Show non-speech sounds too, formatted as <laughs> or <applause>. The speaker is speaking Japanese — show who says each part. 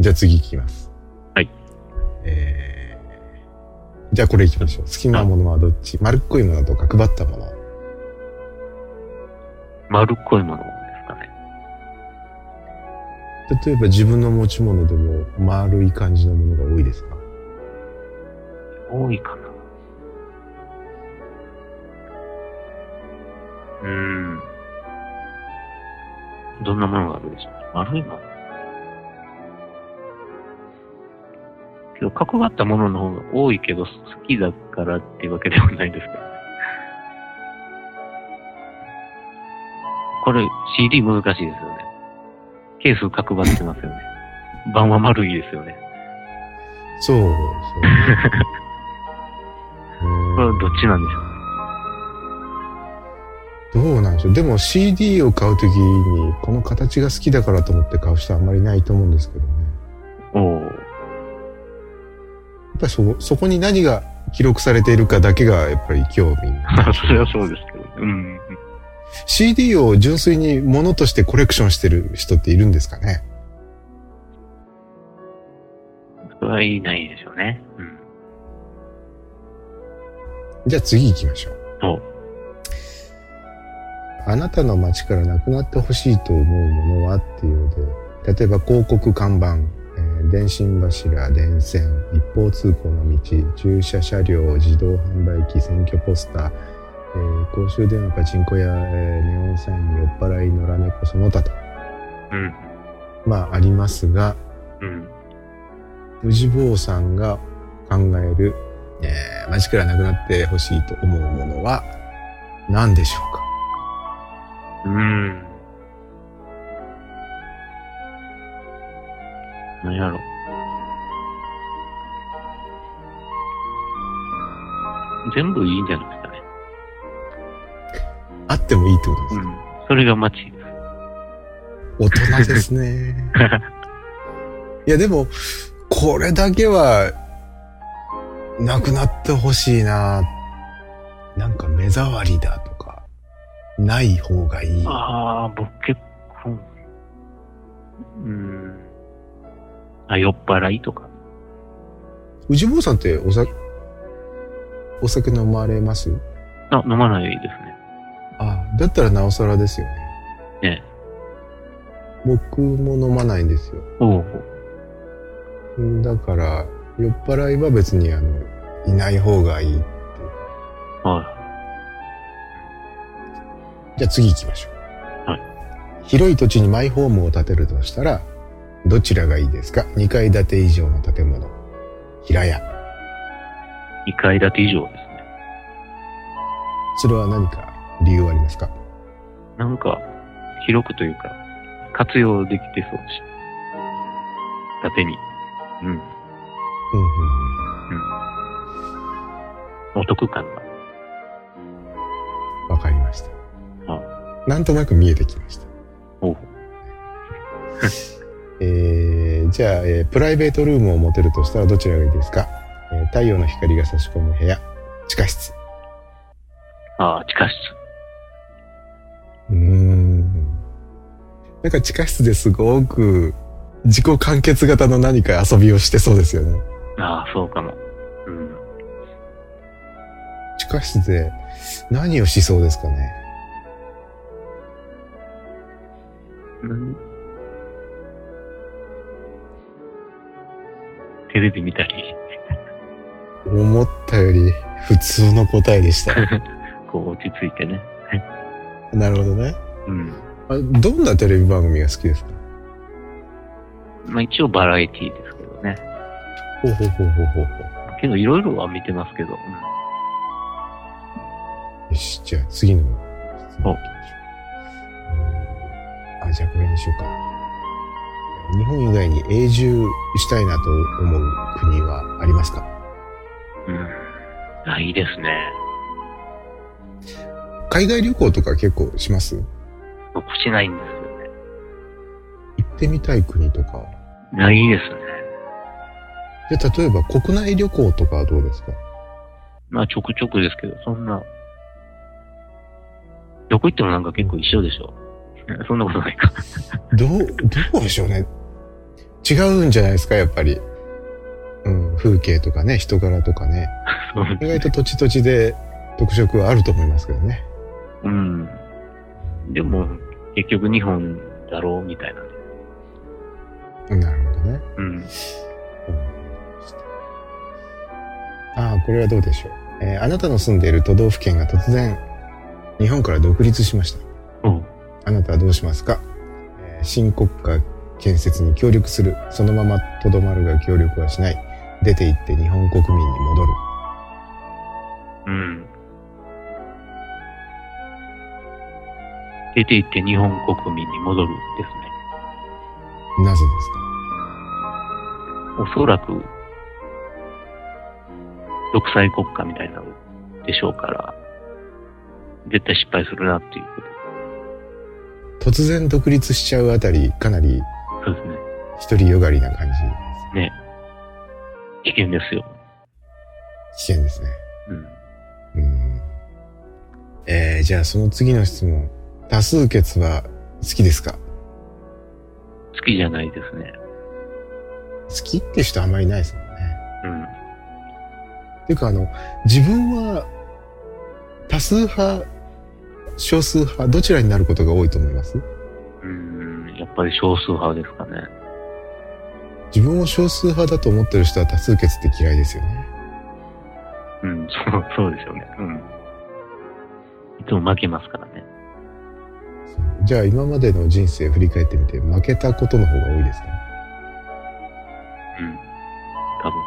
Speaker 1: じゃあ次いきます。
Speaker 2: はい。
Speaker 1: えー、じゃあこれいきましょう。好きなものはどっち丸っこいものとか配ったもの。
Speaker 2: 丸っこいものですかね。
Speaker 1: 例えば自分の持ち物でも丸い感じのものが多いですか
Speaker 2: 多いかな。うーん。どんなものがあるでしょう丸いもの。けど、角張ったものの方が多いけど、好きだからっていうわけではないですけど。これ、CD 難しいですよね。ケース角張ってますよね。盤は丸いですよね。
Speaker 1: そう、
Speaker 2: <laughs>
Speaker 1: そう。
Speaker 2: これ
Speaker 1: う
Speaker 2: は
Speaker 1: ん
Speaker 2: どっちなんでしょう
Speaker 1: どうなんでしょう。でも CD を買うときに、この形が好きだからと思って買う人はあんまりないと思うんですけどね。
Speaker 2: おー。 <laughs>
Speaker 1: やっぱりそ、そこに何が記録されているかだけが、やっぱり興味。
Speaker 2: <laughs> それはそうですけど。うん。
Speaker 1: CD を純粋に物としてコレクションしてる人っているんですかね
Speaker 2: それはいないでしょうね。うん。
Speaker 1: じゃあ次行きましょう。
Speaker 2: お
Speaker 1: あなたの街からなくなってほしいと思うものはっていうので、例えば広告看板、えー電信柱、電線、一方通行の道、駐車車両、自動販売機、選挙ポスター、えー公衆電話、パチンコ屋、えーネオンサイン、酔っ払い、野良猫、その他と、
Speaker 2: うん。
Speaker 1: まあありますが、
Speaker 2: うん。
Speaker 1: 無地坊さんが考える、えー、街からなくなってほしいと思うものは何でしょうか
Speaker 2: うん。何やろ。全部いいんじゃないですかね。
Speaker 1: あってもいいってことです
Speaker 2: う
Speaker 1: か、
Speaker 2: ん。それが街です。
Speaker 1: 大人ですね。いやでも、これだけは、なくなってほしいな。なんか目障りだとか、ない方がいい。
Speaker 2: ああ、僕結婚。うん。あ、酔っ払いとか。
Speaker 1: 宇治坊さんってお酒、お酒飲まれます
Speaker 2: あ、飲まないですね。
Speaker 1: ああ、だったらなおさらですよね。
Speaker 2: ね
Speaker 1: 僕も飲まないんですよ。
Speaker 2: おう
Speaker 1: だから、酔っ払いは別にあの、いない方がいい。
Speaker 2: は
Speaker 1: じゃあ次行きましょう。
Speaker 2: はい
Speaker 1: 広い土地にマイホームを建てるとしたら、どちらがいいですか ?2 階建て以上の建物。平屋。
Speaker 2: い。2階建て以上ですね。
Speaker 1: それは何か理由はありますか
Speaker 2: なんか、広くというか、活用できてそうし。縦に。うん。
Speaker 1: うんうん
Speaker 2: お得感が。
Speaker 1: うん。わかりました
Speaker 2: はい。
Speaker 1: なんとなく見えてきました。
Speaker 2: おう
Speaker 1: えー、じゃあ、えープライベートルームを持てるとしたらどちらがいいですか、えー太陽の光が差し込む部屋。地下室。
Speaker 2: ああ、地下室。
Speaker 1: うーんなんか地下室ですごく自己完結型の何か遊びをしてそうですよね。
Speaker 2: ああ、そうかも。うん。
Speaker 1: 地下室で何をしそうですかね。
Speaker 2: 何テレビ見たり、
Speaker 1: 思ったより普通の答えで <laughs> した。
Speaker 2: こう落ち着いてね。
Speaker 1: なるほどね。
Speaker 2: うん。
Speaker 1: あどんなテレビ番組が好きですか
Speaker 2: まあ一応バラエティーですけどね。
Speaker 1: ほうほうほうほうほうほ
Speaker 2: けどいろいろは見てますけど。うん
Speaker 1: う。よし、じゃあ次の質問いきましょう。うーんあ、じゃあこれにしようか。日本以外に永住したいなと思う国はありますか
Speaker 2: うん。あ、いいですね。
Speaker 1: 海外旅行とか結構します
Speaker 2: 僕しないんですよね。
Speaker 1: 行ってみたい国とか。
Speaker 2: ないですね。
Speaker 1: じゃあ例えば国内旅行とかはどうですか
Speaker 2: まあちょくちょくですけど、そんな、どこ行ってもなんか <laughs> 結構一緒でしょ。そんなことないか。 <laughs>
Speaker 1: どう、どうでしょうね。違違うんじゃないですか、やっぱり。うん、風景とかね、人柄とかね。
Speaker 2: そうです
Speaker 1: 意外と土地土地で特色はあると思いますけどね。
Speaker 2: うん。でも、結局日本だろうみたいなんで。
Speaker 1: なるほどね。
Speaker 2: うん。
Speaker 1: ああ、これはどうでしょう。えーあなたの住んでいる都道府県が突然、日本から独立しました。
Speaker 2: うん。
Speaker 1: あなたはどうしますか、えー新国家建設に協力する。そのままとどまるが協力はしない。出て行って日本国民に戻る。
Speaker 2: うん。出て行って日本国民に戻るですね。
Speaker 1: なぜ
Speaker 2: おそらく、独裁国家みたいなのでしょうから、絶対失敗するなっていうこ
Speaker 1: ですか突然独立しちゃうあたり、かなり
Speaker 2: と。そうですね。
Speaker 1: 独りよがりな感じ。
Speaker 2: 危険ですよ。
Speaker 1: 危険ですね。
Speaker 2: うん。
Speaker 1: うん。えー、じゃあその次の質問。多数決は好きですか
Speaker 2: 好きじゃないですね。
Speaker 1: 好きって人あんまりいないですもんね。
Speaker 2: うん。
Speaker 1: っていうかあの、自分は多数派、少数派、どちらになることが多いと思います
Speaker 2: うーん、やっぱり少数派ですかね。
Speaker 1: 自分を少数派だと思ってる人は多数決って嫌いですよね。
Speaker 2: うん、 <laughs> そう、そうでしょうね。うん。いつも負けますからね。
Speaker 1: そうじゃあ今までの人生振り返ってみて、負けたことの方が多いですか
Speaker 2: うん。多分